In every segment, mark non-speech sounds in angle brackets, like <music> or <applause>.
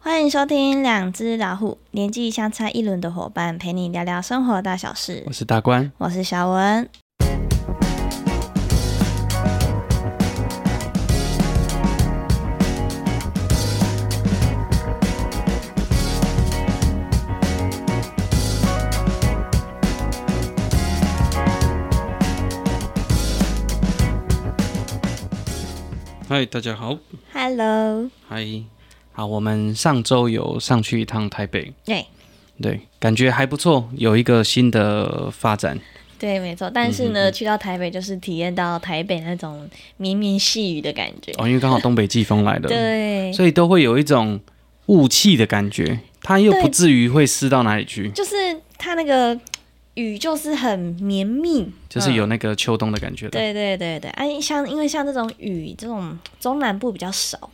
欢迎收听《两只老虎》，年纪相差一轮的伙伴陪你聊聊生活大小事我。是大官，我是小文。嗨，大家好， Hello，嗨，好，我们上周有上去一趟台北，对对，感觉还不错，有一个新的发展，对，没错。但是嗯呢，去到台北就是体验到台北那种绵绵细雨的感觉。哦，因为刚好东北季风来了，对，所以都会有一种雾气的感觉，它又对不至于会湿到哪里去，就是它那个雨就是很绵密，就是有嗯那个秋冬的感觉的。对对对对，哎、像因为像这种雨，这种中南部比较少，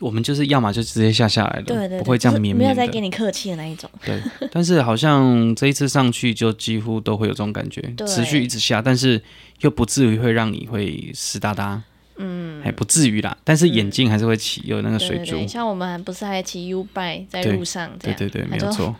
我们就是要么就直接下下来了，对对对，不会这就样是绵没有绵再给的。你客气的那一种。对，但是好像这一次上去就几乎都会有这种感觉，对持续一直下，但是又不至于会让你会湿哒哒。嗯，还不至于啦，但是眼镜还是会起有那个对水对嗯珠。对，像我们还不是还骑 U bike 在对路上这对样，对对，没还有都错。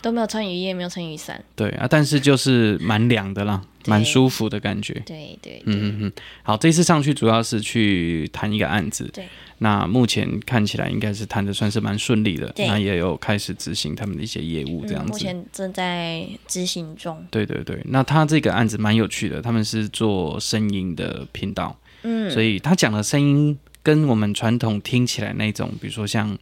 都没有穿雨衣，也没有穿雨伞。对啊，但是就是蛮凉的啦， <laughs> 对蛮舒服的感觉。对对对，嗯嗯嗯，好，这次上去主要是去谈一个案子。对，那目前看起来应该是谈的算是蛮顺利的，对那也有开始执行他们的一些业务这样嗯、目子。前正在执行中。对对对，那他这个案子蛮有趣的，他们是做声音的频道，嗯，所以他讲的声音跟我们传统听起来那种，比如说像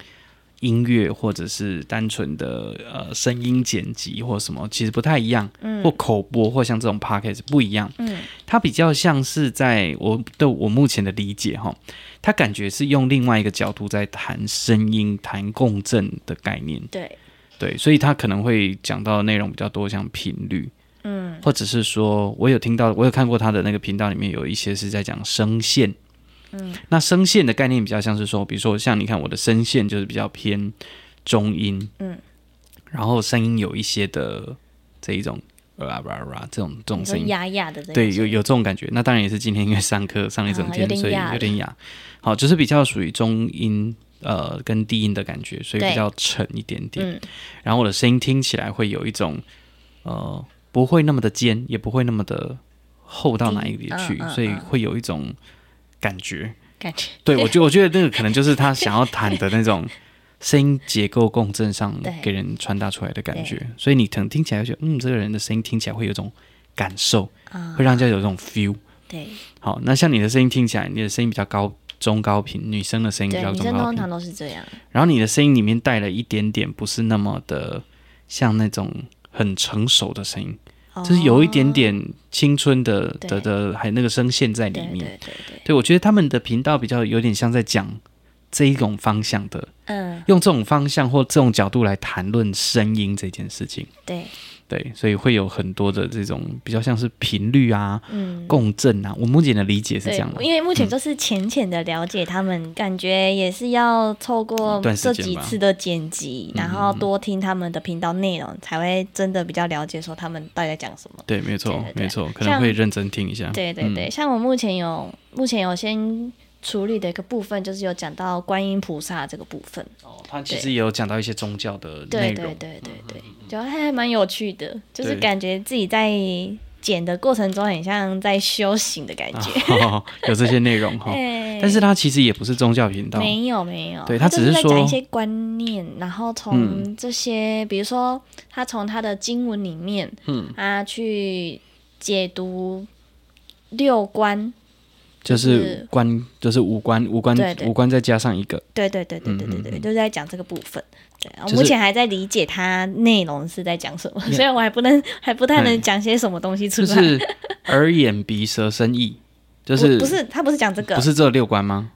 音乐或者是单纯的呃声音剪辑或什么，其实不太一样，嗯或口播或像这种 podcast 不一样，嗯，它比较像是在我对我目前的理解哈，他感觉是用另外一个角度在谈声音、谈共振的概念，对，对，所以他可能会讲到的内容比较多，像频率。嗯或者是说我有听到，我有看过他的那个频道里面有一些是在讲声线。嗯，那声线的概念比较像是说，比如说像你看我的声线就是比较偏中音，嗯，然后声音有一些的这一种呃啊啦啦啦这种这你种说声音，哑哑的这对，一有种有这种感觉。那当然也是今天因为上课上了一整啊有天，点所以哑有点哑。好，就是比较属于中音呃跟低音的感觉，所以对比较沉一点点。嗯然后我的声音听起来会有一种呃不会那么的尖，也不会那么的厚到哪里去，嗯嗯所以嗯会有一种感觉。感觉，对我觉得，我觉得那个可能就是他想要谈的那种声音结构共振上对给人传达出来的感觉，所以你可能听起来就觉得，嗯，这个人的声音听起来会有一种感受，会让人家有一嗯种 feel。啊对好，那像你的声音听起来，你的声音比较高中高频，女生的声音比对，较女中生高通频常，都是这样，然后你的声音里面带了一点点不是那么的像那种很成熟的声音，哦就是有一点点青春的对的的，还有那个声线在里对面。对对对，对我觉得他们的频道比较有点像在讲这一种方向的，嗯用这种方向或这种角度来谈论声音这件事情。对，对，所以会有很多的这种比较像是频率啊、嗯。共振啊。我目前的理解是这对样，的。嗯因为目前就是浅浅的了解他们，感觉也是要透过一段这时间几吧嗯次的剪辑，然后多听他们的频道内容，才会真的比较了解说他们到底在讲什么。对，没错对对，对没错，可像能会认真听一下。对对对，像我目前有目前有先处理的一个部分，就是有讲到观音菩萨这个部分。哦，他其实也有讲到一些宗教的内对对容。嗯对对对，就还还蛮有趣的，就是对感觉自己在剪的过程中，很像在修行的感觉。哦， <laughs> 有这些内容哈。哎但是它其实也不是宗教频道，没有没有，对他他就只是在讲一说嗯些观念，然后从这些，比如说他从他的经文里面，嗯，他去解读六观，就就是是关，就是五官，五官对，对五官再加上一个，对对对对对对对，就是在讲这个部分。对，我嗯就目是前还在理解它内容是在讲什么，所以我还不能 <laughs> 还不太能哎讲些什么东西出 <laughs> 就来。是耳、眼、鼻、舌、身、意，就不是不是他不是讲这个不，是这六官吗？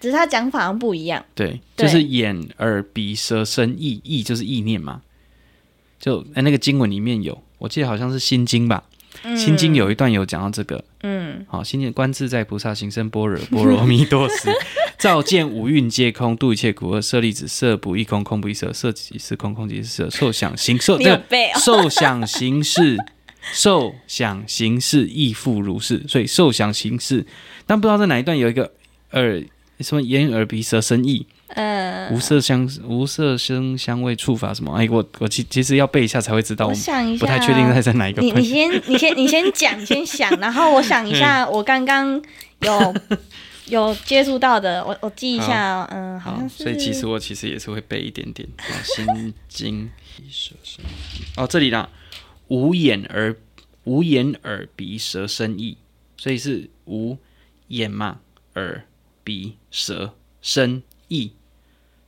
只是他讲法好像不一样。对，对就是眼、耳、鼻、舌、身、意，意就是意念嘛。就哎、那个经文里面有，我记得好像是《心经》吧，心经》有一段有讲到这个。嗯，好，心念观自在菩萨，行深般若波罗蜜多时， <laughs> 照见五蕴皆空，度一切苦厄。舍利子，色不异空，空不异色，色即是空，空即是色。受想行受，你这有个背哦。受想行识，受想行识亦复如是。所以受想行识，但不知道在哪一段有一个耳什么眼耳鼻舌身意，呃，无色香无色声香味触法什么？哎，我我其其实要背一下才会知道，我我想一下，哦不太确定它在哪一个你部你分。先你先你先讲，你先 <laughs> 想，然后我想一下，嗯我刚刚有有接触到的，我我记一下哦，嗯，好好像，是。所以其实我其实也是会背一 <laughs> 点点。好，心经舌身哦，这里啦，无眼耳无眼耳鼻舌身意，所以是无眼嘛，耳鼻舌身意，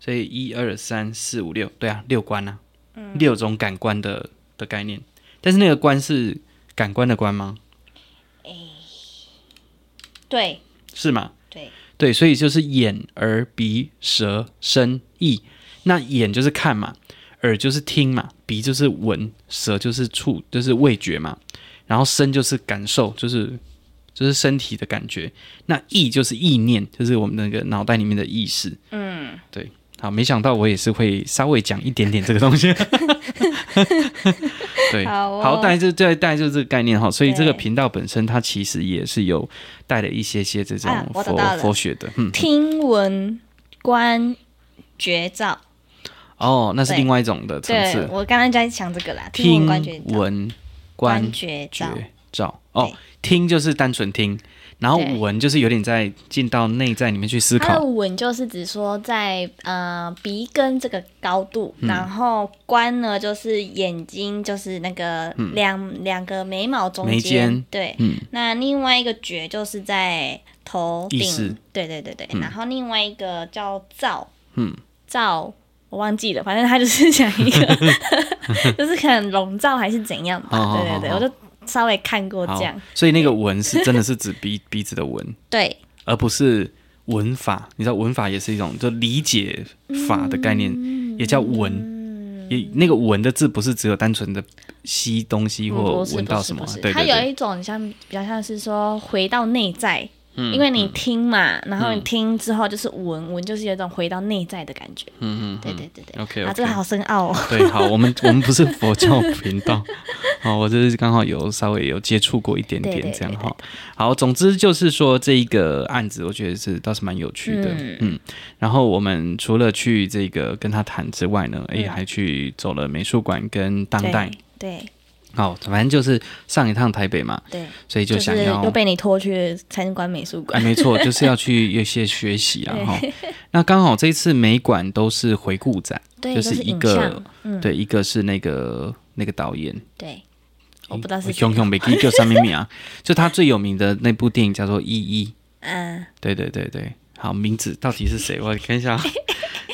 所以一二三四五六，对啊，六官啊，嗯六种感官的的概念。但是那个官是感官的官吗？对是吗？对，对，所以就是眼、耳、鼻、舌、身、意。那眼就是看嘛，耳就是听嘛，鼻就是闻，舌就是触，就是味觉嘛。然后身就是感受，就是就是身体的感觉。那意就是意念，就是我们那个脑袋里面的意识。嗯，对，好，没想到我也是会稍微讲一点点这个东西。 <laughs> 对，好哦大概就大概大概就是这个概念哈。所以这个对频道本身它其实也是有带了一些些这种啊我佛、懂到了佛学的，嗯，听闻观觉照，哦，那是对另外一种的层对次，我刚刚在想这个啦，闻听观觉照，闻观观觉照，觉照。哦对，听就是单纯听，然后对啊闻就是有点在进到内在里面去思它的考。闻就是指说在呃鼻根这个高度，嗯然后观呢就是眼睛，就是那个两、两个眉毛中嗯眉间对。嗯，那另外一个觉就是在头意识顶，对对对对。然后另外一个叫照，嗯，照我忘记了，反正他就是讲一 <laughs> 个， <laughs> 就是可能笼罩还是怎样吧。好好对对好对，好我就稍微看过哦好这样，，所以那个闻是真的是指鼻鼻子的闻，对而不是文法。你知道文法也是一种就理解法的概念，嗯也叫闻。也那个闻的字不是只有单纯的吸东西嗯或不是闻不到是什么不，是对它对有对，一种像比较像是说回到内在，嗯因为你听嘛，然后你听之后就是闻，闻就是有一种回到内在的感觉。嗯嗯对对对对。 ，OK 啊， OK 这个。好深奥哦。对，好，我们 <laughs> 我们不是佛教频道，哦，我这是刚好有稍微有接触过一点对点对这样对哈。好，总之就是说这一个案子，我觉得是倒是蛮有趣的，嗯嗯然后我们除了去这个跟他谈之外呢，哎、还去走了美术馆跟当代，嗯对好，哦反正就是上一趟台北嘛，对所以对，就就想是要又被你拖去参观美术哎，馆。没错，就是要去一些学习啦。哈。那刚好这一次美馆都是回顾展，对，就都是一影个像。嗯，对，一个是那个那个导演，对。我不知道是谁熊熊 b i 叫三咪咪啊，就他最有名的那部电影叫做《一一》，嗯，对对对对，好，名字到底是谁？我看 <laughs> 一下啊，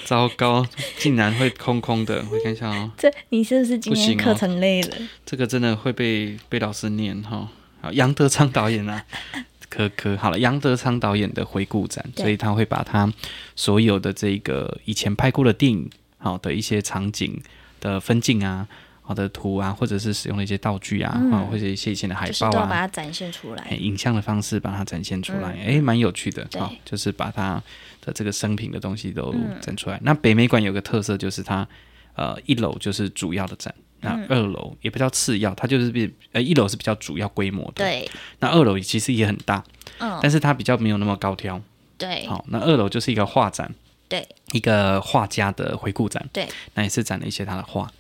糟糕，竟然会空空的，我看一下哦，这你是不是今不天行哦课程累了？这个真的会被被老师念哈、好，杨德昌导演啊， <laughs> 可可好了，杨德昌导演的回顾展，对所以他会把他所有的这个以前拍过的电影，好的一些场景的分镜啊。好的图啊，或者是使用的一些道具啊，嗯啊或者一些以前的海就是报都要啊，把它展现出来哎。影像的方式把它展现出来，哎、蛮有趣的。嗯对嗯好、就是把它的这个生平的东西都展出来。那北美馆有个特色就是它，呃，一楼就是主要的展，那嗯二楼也不叫次要，它就是比呃一楼是比较主要规模的，对，那二楼其实也很大，嗯，但是它比较没有那么高挑。对好、那二楼就是一个画展，对一个画家的回顾展，对。那也是展了一些他的画。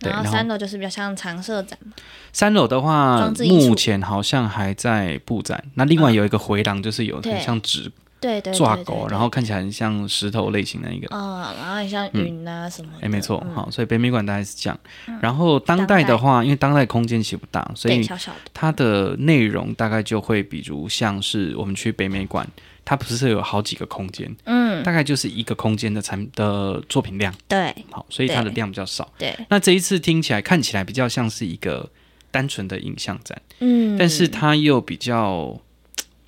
对然然后后三楼就是比较像常设展嘛。三楼的话装置，艺术嗯目前好像还在布展，那另外有一个回廊，就是有很对像纸对对对抓对狗，对然后看起来很像石头类型的一个。啊、然后很像云啊什么的。哎，没错，嗯好，所以北美馆大概是这样。然后当代的话，因为当代空间其实不大，所对，以小小的，它的内容大概就会，比如像是我们去北美馆，它不是有好几个空间，嗯，大概就是一个空间的产的作品量，对好，所以它的对量比较少。对，那这一次听起来看起来比较像是一个单纯的影像展，嗯，但是它又比较，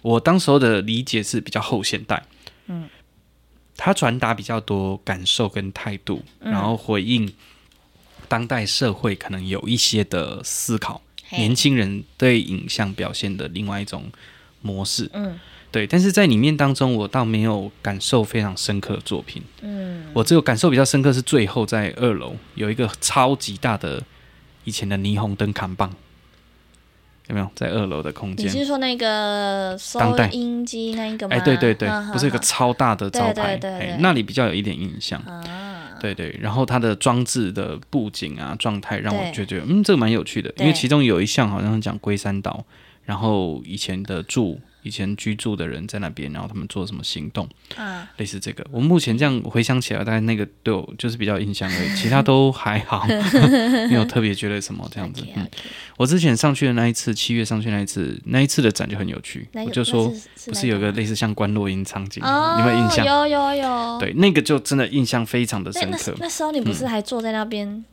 我当时候的理解是比较后现代，嗯，它传达比较多感受跟态度，嗯然后回应当代社会可能有一些的思考，嘿年轻人对影像表现的另外一种模式，嗯，对，但是在里面当中，我倒没有感受非常深刻的作品，嗯，我只有感受比较深刻是最后在二楼有一个超级大的以前的霓虹灯扛棒，有没有在二楼的空你间？是说那个收当代音机那一个吗？哎，对对对嗯，不是有个嗯超大的招牌，对对对哎对，那里比较有一点印象。嗯 <laughs> 啊对对，然后它的装置的布景啊、状态，让我对觉得嗯，这个蛮有趣的，因为对其中有一项好像是讲龟山岛，然后以前的住。以前居住的人在那边，然后他们做什么行动，嗯啊，类似这个。我目前这样回想起来，大概那个对我就是比较有印象而已，其他都还 <laughs> 好，没有特别觉得什么这样子。嗯， OK，OK 我之前上去的那一次，七月上去那一次，那一次的展就很有趣。那我个就那说，是是不那是有个个吗类似像观落阴场景，哦，你有没有印象？有有有，对，那个就真的印象非常的那深那刻。嗯那时候你不是还坐在那边？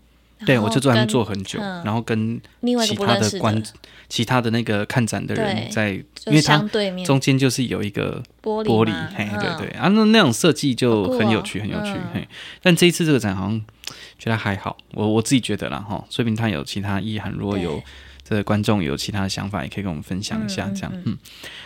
对，然后我就坐在那边跟坐很久，嗯然后跟另外一其个不他认的识观、其他的那个看展的人对在，就因为它相对面中间就是有一个玻玻璃，嘛嘿，嗯对对啊，那那种设计就好酷很有哦趣，很有趣，嗯嘿。但这一次这个展好像觉得还好，我我自己觉得啦，哈，说不定它有其他意涵，如果对有这个观众有其他的想法，也可以跟我们分享一下，嗯这样，嗯。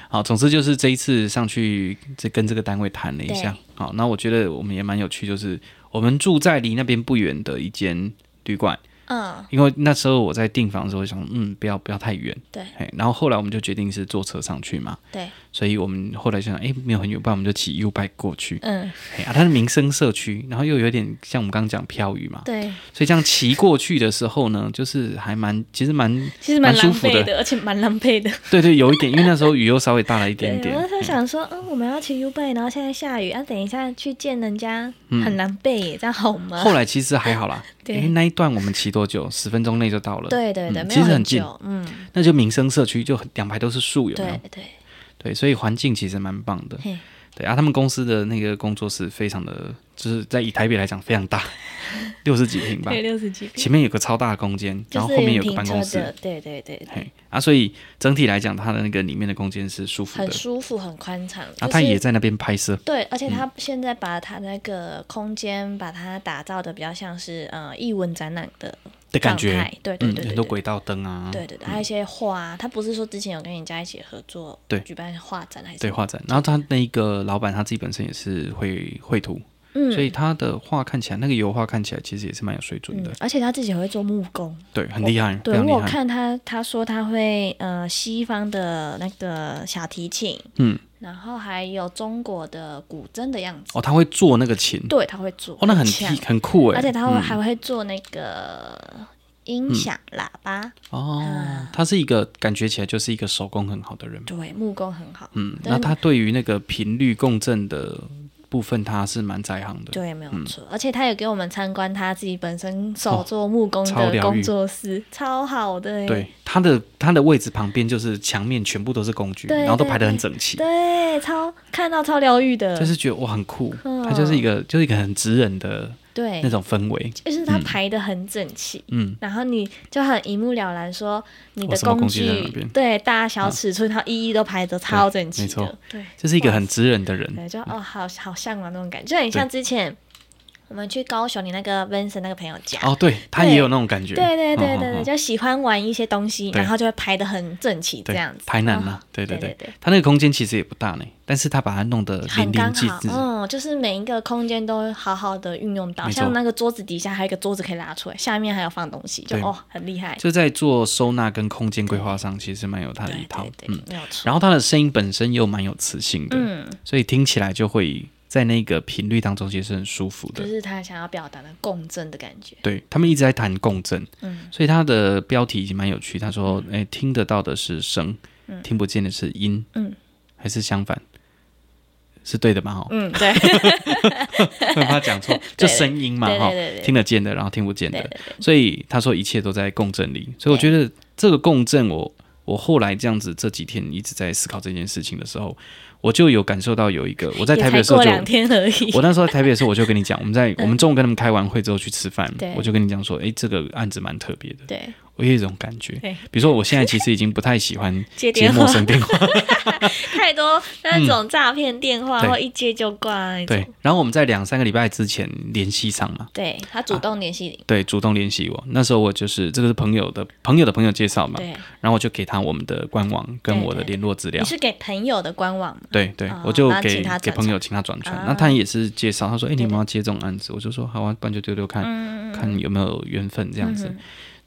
好，总之就是这一次上去这跟这个单位谈了一下对，好，那我觉得我们也蛮有趣，就是我们住在离那边不远的一间旅馆，嗯，因为那时候我在订房的时候我想，嗯，不要不要太远，对嘿，然后后来我们就决定是坐车上去嘛，对，所以我们后来就想，哎、没有很远，不然我们就骑 U bike 过去。嗯，哎啊，它是民生社区，然后又有点像我们刚刚讲漂移嘛，对，所以这样骑过去的时候呢，就是还蛮，其实蛮，其实蛮舒狼服狈的的，而且蛮狼狈的。对对，有一点，因为那时候雨又稍微大了一点对，点我，在想说，嗯，我们要骑 U 拜，然后现在下雨，啊，等一下去见人家，很狼狈耶，这样好吗？后来其实还好啦。对因为那一段我们骑多久？十分钟内就到了。对对对，嗯没其有实很近久，嗯，那就民生社区，就很两排都是树，有没有对？对，对，所以环境其实蛮棒的。嘿，对啊，他们公司的那个工作室非常的，就是在以台北来讲非常大，六十几平吧，对，六十几平，前面有个超大的空间，然就后是后面有个停办车公室的，，对对对，对嘿啊，所以整体来讲，它的那个里面的空间是舒服很的。舒服，很宽敞。啊，就他是也在嗯那边拍摄，对，而且他现在把他那个空间把它打造的比较像是呃艺文展览的的感状觉态，对对嗯，对对很对多轨道灯啊，对对对，还有一些画啊，他不是说之前有跟人家一起合作，对举办画展还是对什么画展。然后他那个老板他自己本身也是会绘图，嗯，所以他的画看起来，那个油画看起来其实也是蛮有水准的嗯，，而且他自己还会做木工，对，很厉害，非对常厉我有害。看他他说他会呃西方的那个小提琴，嗯，然后还有中国的古筝的样子，哦，他会做那个琴，对他会做，哦，那很强厉，很酷哎，而且他会还会做那个音响喇叭，啊哦，他是一个感觉起来就是一个手工很好的人，对，木工很好，嗯，但那是他对于那个频率共振的部分，他是蛮在行的。对，没有错。嗯而且他也给我们参观他自己本身手做木工哦超的疗愈工作室，超好的、欸，对，他的他的位置旁边就是墙面全部都是工具，对然后都对排得很对整齐，对，超看到超疗愈的，就是觉得哇很酷，嗯他就是一个就是一个很直人的对那，种嗯氛围，就是他排的很整齐。嗯，然后你就很一目了然说你我的什么工具在哪具边对大小尺寸，它一一都排的超整齐没错的，对，就是一个很哇直人的人，对，就哦，好好向往那种感觉，就很像之前我们去高雄你那个 Vincent 那个朋友家，哦，对他也有那种感觉，对对对嗯对嗯对，嗯就喜欢玩一些东西，对然后就会排的很整齐这对样子。台南哦啦，对对对对对对，他那个空间其实也不大呢，但是他把它弄得淋很漓刚尽好，致，嗯，就是每一个空间都好好的运用到，没错像那个桌子底下还有一个桌子可以拉出来，下面还有放东西，就对哦很厉害。就在做收纳跟空间规划上，其实蛮有他的一对套对，对嗯，，没有错。然后他的声音本身又蛮有磁性的，嗯，所以听起来就会在那个频率当中其实是很舒服的就。是他想要表达的共振的感觉。 <laughs> 对他们一直在谈共振，嗯所以他的标题已经蛮有趣。他说：“哎、听得到的是声，听不见的是音，嗯还是相反？是对的吧？哈、嗯， <laughs> 对 <laughs> 很怕讲错，就声音嘛，对哈对对，对听得见的，然后听不见对的对。所以他说一切都在共振里。所以我觉得这个共振我，我后来这样子这几天一直在思考这件事情的时候，我就有感受到有一个我在也台北才的时候过就两天而已。我那时候在台北的时候，我就跟 <laughs> 你讲，我们在我们中午跟他们开完会之后去吃饭对，我就跟你讲说，诶，这个案子蛮特别的， <laughs> 对，我有一种感觉。对比如说，我现在其实已经不太喜欢接接电陌话生电话， <laughs> 太多那种诈骗电话对或一接就挂那种 <laughs> 对。。然后我们在两三个礼拜之前联系上嘛，对他啊主动联系你，对，主动联系我。那时候我就是这个是朋友的朋友的朋友介绍嘛，对，然后我就给他我们的官网跟对我的对联络资料你。是给朋友的官网吗？对对，哦我就那给请他给转朋友请他转传，啊那他也是介绍，他说：“哎、你对们要接这种案子？”我就说：“好啊，不然就丢丢看，嗯嗯嗯看有没有缘分这样子。嗯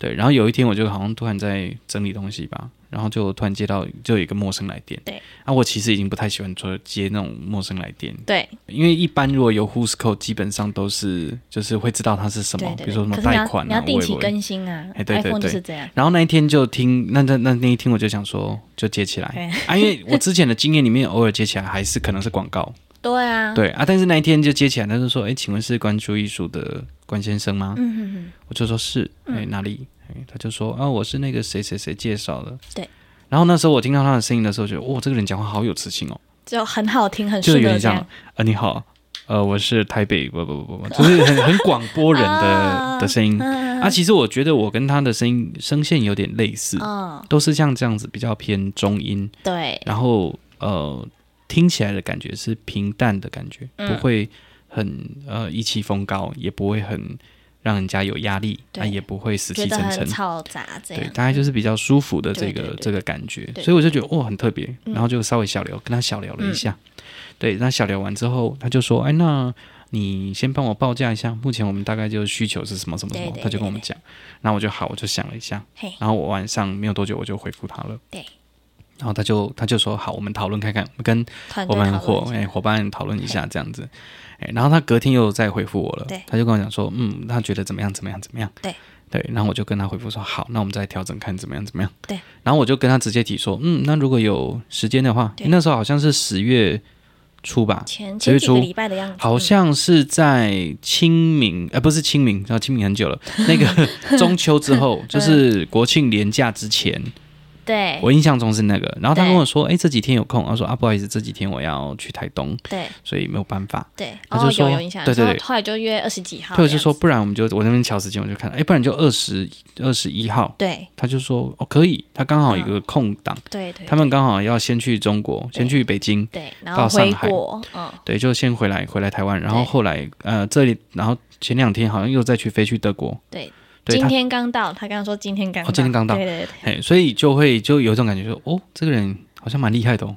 对，然后有一天我就好像突然在整理东西吧，然后就突然接到就有一个陌生来电，对，啊，我其实已经不太喜欢说接那种陌生来电，对因为一般如果有 Who's Call，基本上都是就是会知道它是什么对，比对如说对。什么可是你贷要款你啊要，我定也期我也更新啊哎对对 i p h o n e 对就是这样。然后那一天就听，那那那那一天我就想说，就接起来哎啊，因为我之前的经验里面，偶尔接起来还是可能是广告，对啊，对啊，但是那一天就接起来，他就说，哎，请问是关注艺术的关先生吗？嗯哼哼，我就说是，嗯哎，哪里？哎，他就说啊，我是那个谁谁谁介绍的。对。然后那时候我听到他的声音的时候，觉得哇、这个人讲话好有磁性哦，就很好听，很就适是有合嗯点这像样。呃你好，呃我是台北不不不不， <laughs> 就是很很广播人的的声嗯音啊。其实我觉得我跟他的声音声线有点类似，嗯，都是像这样子比较偏中音，对，然后呃，听起来的感觉是平淡的感觉，嗯不会很呃意气风高，也不会很让人家有压力，对啊，也不会死气觉得沉很沉。嘈杂这对，样。大概就是比较舒服的这对个对对这个感觉，对所以我就觉得哦很特别，嗯然后就稍微小聊，跟他小聊了一嗯下。对，那小聊完之后，他就说：“哎，那你先帮我报价一下，目前我们大概就是需求是什么什么什么。对对他就跟我们对讲，然后我就好，我就想了一下，嘿，然后我晚上没有多久我就回复他了。对。然后他就他就说好，我们讨论看看，我跟团伙队伴讨伙论一哎下伙伴讨论一下这样子，哎，然后他隔天又再回复我了对，他就跟我讲说，嗯，他觉得怎么样怎么样怎么样，对对，然后我就跟他回复说好，那我们再调整看怎么样怎么样，对，然后我就跟他直接提说，嗯，那如果有时间的话，对因为那时候好像是十月初吧，前十前月几个初礼拜的样子，好嗯像是在清明，呃，不是清明，啊，清明很久了，<laughs> 那个中秋之后，就是国庆连假之前，嗯对我印象中是那个。然后他对跟我说，哎、这几天有空，我说啊，不好意思，这几天我要去台东，对所以没有办法。对，他就哦说有有印象，对对对然后后来就约二十几号这对，我样子，就说，不然我们就我那边瞧时间，我就看，哎、不然就二十二十一号。对他就说哦，可以，他刚好有个空档，对嗯对，他们刚好要先去中国，对先去北京。对，然到后上回海国，嗯，对，就先回来回来台湾，然后对后来呃这里，然后前两天好像又再去飞去德国，对，对今他，天刚到，他刚刚说今天刚哦到，今天刚到对对对，哎，所以就会就有一种感觉说，哦，这个人好像蛮厉害 <laughs> 的哦，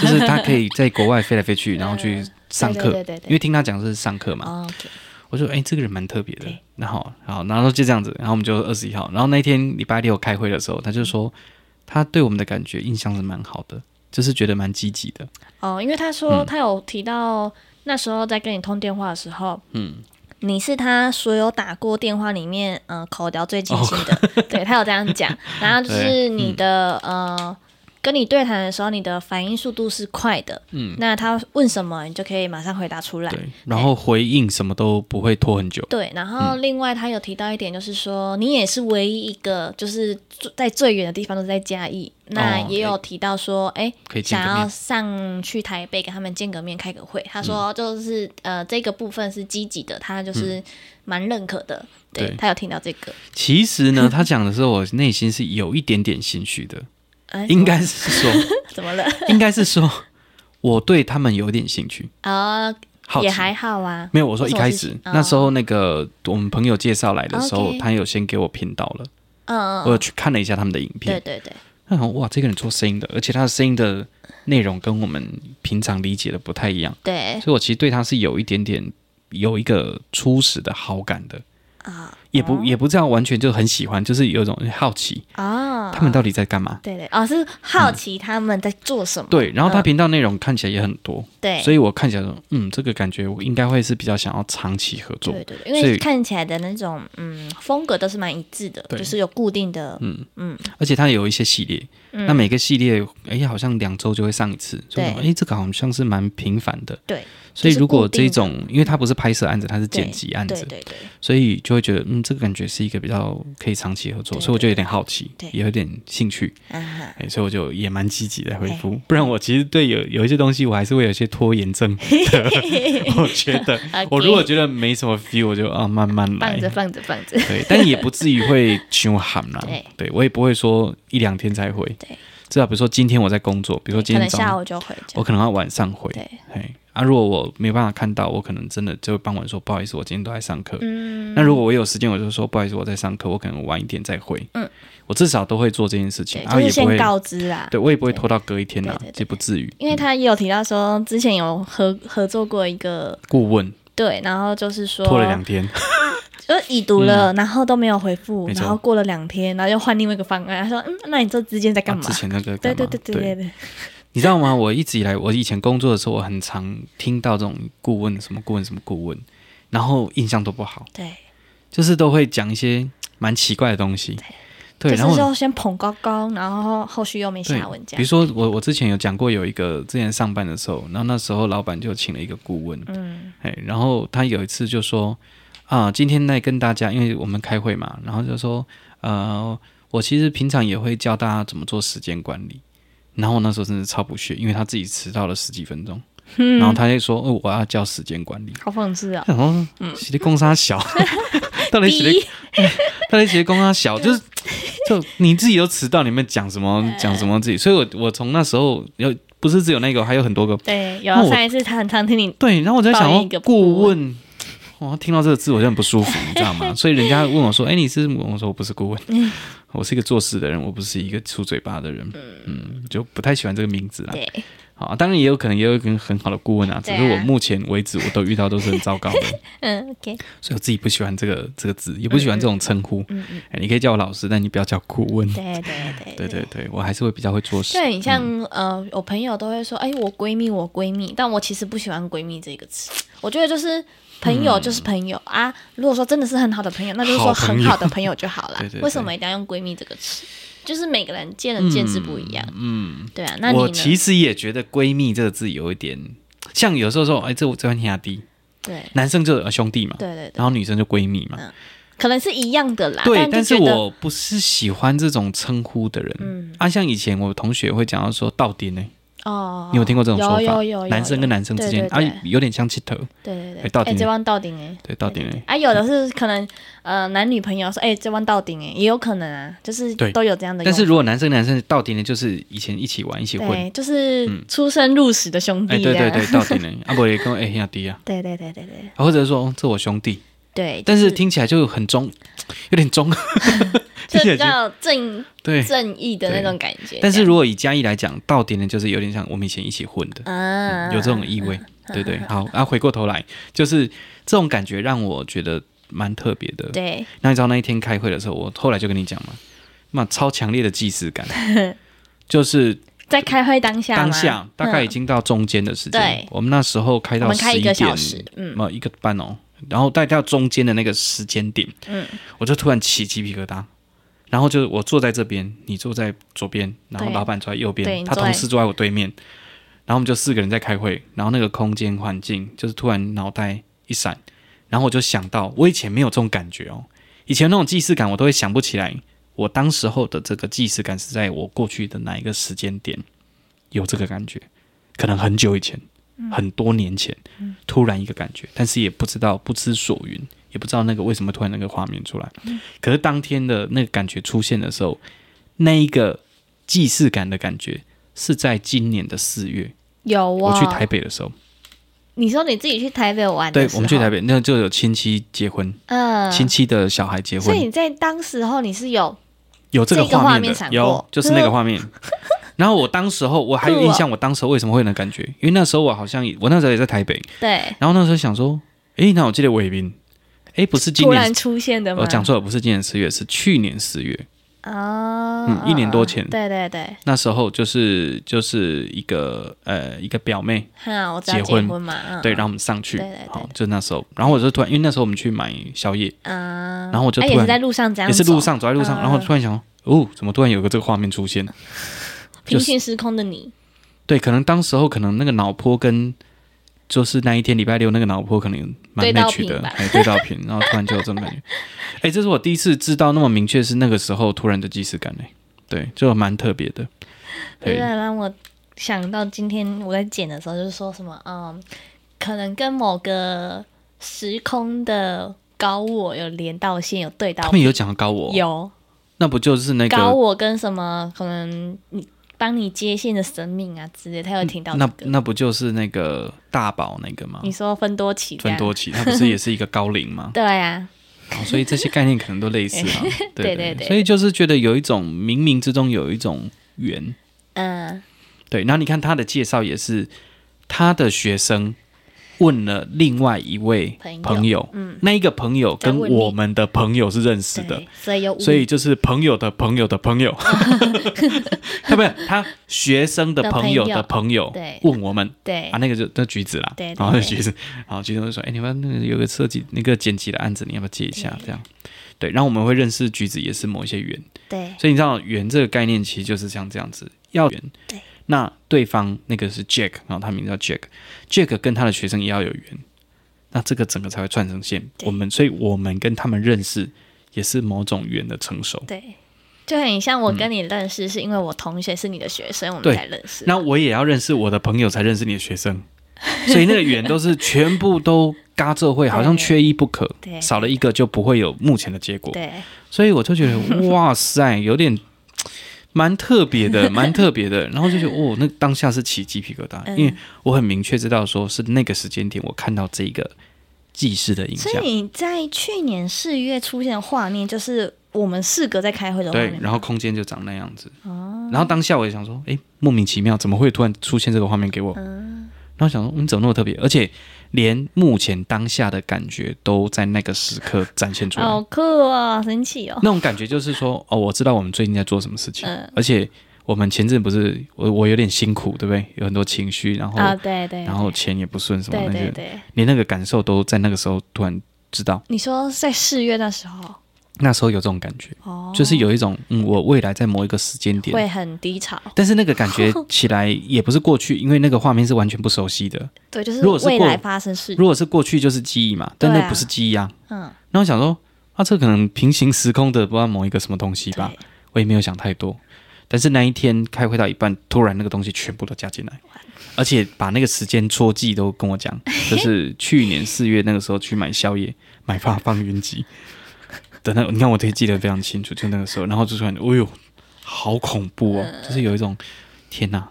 就是他可以在国外飞来飞去，然后去上课，对对对因对为听他讲是上课嘛，哦，OK，我就哎、这个人蛮特别的对，然后好，然后就这样子，然后我们就二十一号，然后那天礼拜六开会的时候，他就说嗯他对我们的感觉印象是蛮好的，就是觉得蛮积极的，哦，因为他嗯说他有提到那时候在跟你通电话的时候，嗯。你是他所有打过电话里面，呃，口条最清晰的，哦对他有这样 <laughs> 讲。然后就是嗯你的、呃，跟你对谈的时候，你的反应速度是快的，嗯，那他问什么，你就可以马上回答出来。对，然后回应什么都不会拖很久，对，然后嗯另外他有提到一点，就是说、你也是唯一一个，就是住在最远的地方都是在嘉义。那哦也有提到说，哎、可以见想个要面，嗯上去台北跟他们见个面、开个会。他说就是、呃，这个部分是积极的，他就是蛮认可的。对对他有听到这个，其 <laughs> 实呢，他讲的时候，我内心是有一点点心虚的，哎，应该是说。 <laughs> 怎么了？应该是说我对他们有点兴趣，啊、好奇也还好啊。没有。我说为一什么开是始、哦那时候那个我们朋友介绍来的时候 OK 他有先给我频道了，嗯嗯，我有去看了一下他们的影对片，对对，那好哇，这个人做声音的，而且他的声音的内容跟我们平常理解的不太一样，对所以我其实对他是有一点点有一个初始的好感的。啊也不也不这样，完全就很喜欢，就是有一种好奇，啊，他们嗯到底在干嘛？对对哦，是好奇他们在做什么。对，然后他频道内容看起来也很多，嗯对，所以我看起来说，嗯，这个感觉我应该会是比较想要长期合作。对对对，因所以为看起来的那种嗯风格都是蛮一致的，对嗯就是有固定的，而且它有一些系列，嗯那每个系列哎、好像两周就会上一次，所以我对哎、这个好像是蛮频繁的。对，所以就是如果固定这的种，因为它不是拍摄案子，它是对剪辑案对子，对对所以就会觉得嗯，这个感觉是一个比较可以长期合作，对所以我就有点好奇，对也有点兴趣，啊哈，哎、所以我就也蛮积极的回复。不然我其实对有有一些东西，我还是会有一些拖延症 <laughs> 的。我觉得 OK 我如果觉得没什么 feel，我就啊慢慢来放。着放着放着，对，但也不至于会凶喊啦。 <laughs> 对对，我也不会说一两天才回。对，至少比如说今天我在工作，比如说今可能天早下上，午就回家我，可能要晚上回。对，嘿，啊，如果我没办法看到，我可能真的就会傍晚说不好意思，我今天都在上课。嗯，那如果我有时间，我就说不好意思，我在上课，我可能晚一点再回。嗯，我至少都会做这件事情，对，然后就是啊也不先会，告知啦。对我也不会拖到隔一天啦对对，对也不至于。因为他也有提到说，之前有合合作过一个顾问对，然后就是说 <laughs> 拖了两天，啊嗯就是已读了，然后都没有回复，没错然后过了两天，然后又换另外一个方案，他说嗯，那你这之间在干嘛啊之？前那个干对嘛对对对对对，你知道吗？我一直以来，我以前工作的时候，我很常听到这种顾问什么顾问什么顾问，然后印象都不好，对，就是都会讲一些蛮奇怪的东西。就对，然是后就先捧高高，然后后续又没对下文，这比如样。说我我之前有讲过有一个之前上班的时候，然后那时候老板就请了一个顾问，嗯，哎，然后他有一次就说啊，今天来跟大家，因为我们开会嘛，然后就说呃，我其实平常也会教大家怎么做时间管理。然后我那时候真的超不屑，因为他自己迟到了十几分钟，然后他就说：“哦，我要教时间管理。好讽刺哦。然后洗的工沙 <laughs> 小，到底洗的逼 <laughs> 到底洗的工 <laughs> 沙小，就是就你自己都迟到，你们讲什哎么讲什么自己。所以我我从那时候有不是只有那个，还有很多个对，有啊那我上一次他很常听你对，然后我在想报应说一个顾顾问，哇，听到这个字我就很不舒服，你知道 <laughs> 吗？所以人家问我说：“哎、你是？”我说：“我不是顾问，嗯我是一个做事的人，我不是一个出嘴巴的人。”嗯，就不太喜欢这个名字啦。对好，当然也有可能也有一个很好的顾问啊，只对啊是我目前为止我都遇到都是很糟糕的，嗯，OK，所以我自己不喜欢这个这个字，也不喜欢这种称呼。嗯嗯，哎，你可以叫我老师，但你不要叫顾问。对 <laughs> 对对对嗯对对，我还是会比较会做事就。很像、呃，我朋友都会说，哎，我闺蜜，我闺蜜，但我其实不喜欢闺蜜这个词。我觉得就是朋友就是朋友、啊，如果说真的是很好的朋友，那就是嗯好说朋很友好的朋友就好了。 <laughs> 对对对为什么一定要用闺蜜这个词？就是每个人见仁见智不一样。嗯，对啊，那你我呢？其实也觉得“闺蜜”这个字有一点，像有时候说，哎，这我这番天下低，对男生就有呃兄弟嘛，对对对，然后女生就闺蜜嘛。可能是一样的啦。啊对，但但就是觉得我不是喜欢这种称呼的人。嗯啊，像以前我同学会讲到说“到底呢哦”，，你有听过这种说法？有有有有男生跟男生之间对对对啊，有点像气头。对对对，哎到底哎呢这弯到顶哎。对，到底呢？啊，有的是可能，呃，男女朋友说，哎、这弯到顶哎，也有可能啊，就是对都有这样的用但法。是如果男生跟男生到底呢，就是以前一起玩一起混。对，就是出生入死的兄嗯哎，弟啊对这样。对对，到底 <laughs> 呢？啊，不也跟我哎兄弟啊，对对对对对啊或者说哦这我兄弟，对但就是听起来就很中，有点中。 <laughs> 听就起来比就较正对，正义的那种感觉。但是这样如果以嘉义来讲，到底呢，就是有点像我们以前一起混的。啊、有这种意味，对嗯对。好，啊，回过头来，就是这种感觉让我觉得蛮特别的。对那你知道那一天开会的时候，我后来就跟你讲嘛，那超强烈的既视感，就是在开会当下吗嗯当下大概已经到中间的时间，对我们那时候开我到们开十一个点，小时，嗯，呃，一个半哦，然后带到中间的那个时间点，嗯，我就突然起鸡皮疙瘩。然后就是我坐在这边，你坐在左边，然后对老板坐在右对边，你他坐在同事坐在我对面，然后我们就四个人在开会，然后那个空间环境就是突然脑袋一闪，然后我就想到我以前没有这种感觉哦，以前那种既视感我都会想不起来，我当时候的这个既视感是在我过去的哪一个时间点有这个感觉，可能很久以前，嗯很多年前，突然一个感觉，但是也不知道不知所云，也不知道那个为什么突然那个画面出来。嗯可是当天的那个感觉出现的时候，那一个既视感的感觉是在今年的四月，有哦。我去台，北的时候，你说你自己去台北玩对的时我候，们去台北，那就有亲戚结婚，嗯，亲戚的小孩结所以婚，你在当时候你是有有这个这个画画面面的，闪有过哦就是那个画面。然后我当时候我还有酷哦印象，我当时候为什么会有那感觉？因为那时候我好像也我那时候也在台北，对然后那时候想说，诶，那我记得伟斌，诶，不是今突然年，出现的吗？我讲错了，不是今年四月，是去年四月。啊、嗯一年多前对对对，那时候就是就是一个呃一个表妹，哈，我知道结结婚嘛，嗯、对，然后我们上去对对对，好，就那时候，然后我就突然，因为那时候我们去买宵夜，啊，然后我就哎突也然是在路上这样，也是路，上走在路上，嗯然后突然想，哦，怎么突然有个这个画面出现？平行时空的你，对，可能当时候可能那个脑波跟就是那一天礼拜六那个脑波可能蛮对到 match 频的，吧哎，对到频，然后突然就有这种 <laughs> 感觉。哎，这是我第一次知道那么明确是那个时候突然的即视感哎，对，就蛮特别的。有对，点让我想到今天我在剪的时候，就是说什么，嗯，可能跟某个时空的高我有连到线，有对到他们有讲到高我，有那不就是那高个我跟什么，可能你帮你接线的神明啊之类，他有听到这嗯那个。那不就是那个大宝那个吗你？啊说分多奇这分样，多奇，它不是也是一个高龄吗？对啊，哦，所以这些概念可能都类似啊。<laughs> 对对对对所以就是觉得有一种冥冥之中有一种缘。嗯，对，然后你看他的介绍也是，他的学生问了另外一位朋友朋友，嗯，那一个朋友跟再问你我们的朋友是认识的对，，所以有五所以就是朋友的朋友的朋友， <laughs> <laughs> 他不是他学生的朋友的朋友对问我们对啊，那个就那橘子啦，哎对对然后那对橘子，然后橘子就说，哎，你们那个有个设计那个剪辑的案子，你要不要接一下？这样，对，然后我们会认识橘子也是某一些缘，对所以你知道缘这个概念其实就是像这样子，要缘对，那对方那个是 Jack，然后他名字叫 Jack，Jack 跟他的学生也要有缘，那这个整个才会串成线，对我们所以我们跟他们认识。也是某种缘的成熟，对，就很像我跟你认识，是因为我同学是你的学生，我嗯对们才认识。那我也要认识我的朋友，才认识你的学生， <laughs> 所以那个缘都是全部都嘎 <laughs> 这会，好像缺一不可，对少了一个就不会有目前的结果。对所以我就觉 <laughs> 得，哇塞，有点蛮特别的， <laughs> 蛮特别的。然后就觉得，哦，那当下是起鸡皮疙瘩，嗯因为我很明确知道，说是那个时间点我看到这个记事的影所像以，你在去年四月出现的画面，就是我们四个在开会的画哦对面，。然后空间就长那样子。然后当下我也想说，诶，莫名其妙，怎么会突然出现这个画面给我？然后想说，嗯，怎么那么特别？而且连目前当下的感觉都在那个时刻展现出来。好酷哦，好神奇哦！那种感觉就是说，哦，我知道我们最近在做什么事情，嗯而且我们前阵不是我我有点辛苦，对不对？有很多情绪，然后、啊，对对，然后钱也不顺，什么对那对些，对，连那个感受都在那个时候突然知道。你说在四月那时候，那时候有这种感觉，哦，就是有一种，嗯，我未来在某一个时间点会很低潮，但是那个 <laughs> 感觉起来也不是过去，因为那个画面是完全不熟悉的。对，就是如果是未过来发生事，如果是过去就是记忆嘛，但对啊那不是记忆啊。嗯，然后我想说，啊，这可能平行时空的不知道某一个什么东西吧对，，我也没有想太多。但是那一天开会到一半，突然那个东西全部都加进来，而且把那个时间戳记都跟我讲，就是去年四月那个时候去买宵夜，买发放云集。等到你看，我可以记得非常清楚，就那个时候，然后就突然，哎呦，好恐怖哦，就是有一种天哪，